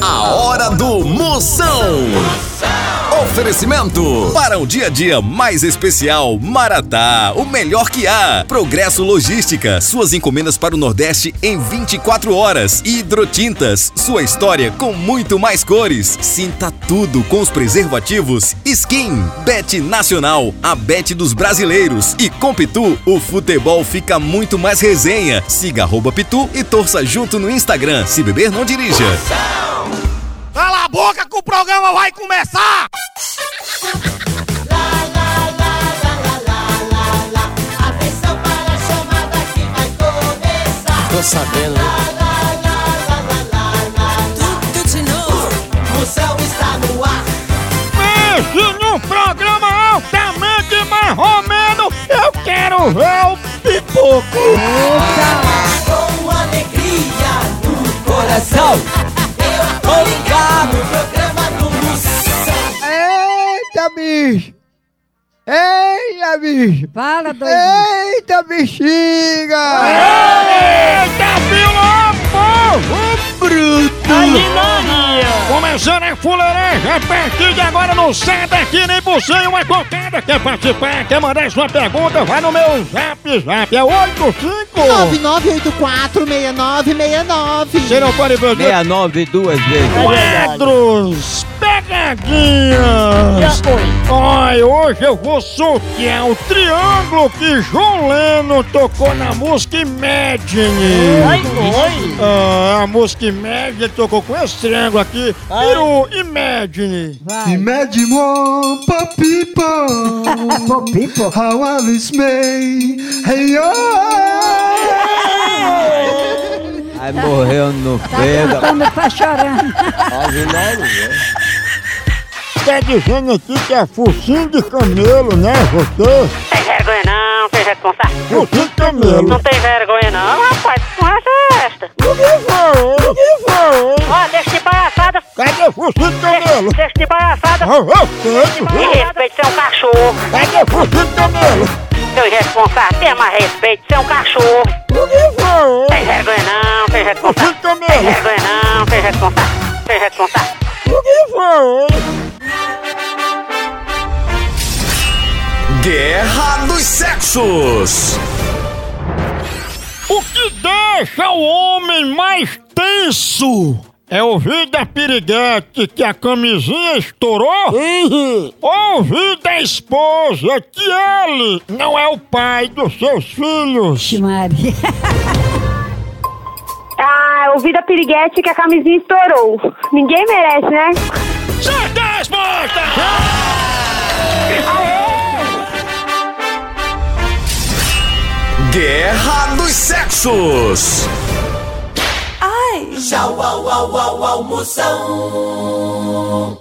A hora do Moção. Oferecimento para um dia a dia mais especial, Maratá, o melhor que há. Progresso Logística, suas encomendas para o Nordeste em 24 horas. Hidrotintas, sua história com muito mais cores. Sinta tudo com os preservativos Skin, Bet Nacional, a Bet dos brasileiros. E com Pitu, o futebol fica muito mais resenha. Siga arroba Pitu e torça junto no Instagram. Se beber, não dirija. Cala a boca que o programa vai começar! Atenção para a chamada que vai começar. Tô sabendo, né? Tudo de novo. Moção está no ar. Pense num programa altamente marromeno! Eu quero ver o pipoco! Com alegria no coração. Eu tô ligado no programa do Moção. Eita, bicho! Eita, bicho! Fala, doidinho. Eita, bexiga! Eita, fila, povo bruto! Começando a fuleiragem, a partir de agora não sai daqui nem por cem uma cocada. Quer participar, quer mandar sua pergunta, vai no meu zap zap, é 85! 99846969. Você não pode perder 69 duas É vezes. quadros, pegadinhas. Ai, hoje eu vou sortear o triângulo que João Leno tocou na música Imagine. Ai, foi? Ah, a música Imagine tocou com esse triângulo aqui. E o Imagine. Vai. Imagine one people, Pipo! how Alice May, hey oh. Aí morreu no pega. Como tá chorando? 69 vezes. Tá dizendo aqui que é focinho de camelo, né, você? Tem vergonha não, tem responsável. Focinho de camelo. Não tem vergonha não, rapaz. Que conversa é esta? O que foi? O que foi? Ó, deixa de palhaçada. Cadê o focinho de camelo? Deixa, deixa de palhaçada. Ah, eu sei. Me respeite, você é um cachorro. Cadê o focinho de camelo? Seu irresponsável, tenha mais respeito, você é um cachorro. O que foi? Tem vergonha não, tem responsável. Focinho de Tem camelo. vergonha não, tem responsável. Tem responsável. O que foi? Guerra dos Sexos. O que deixa o homem mais tenso é ouvir da piriguete que a camisinha estourou, ouvir da esposa que ele não é o pai dos seus filhos. Vixe, Maria. Ah, eu ouvi da piriguete que a camisinha estourou. Ninguém merece, né? Certa a resposta! Guerra dos Sexos. Tchau, au, au, au, au, Moção.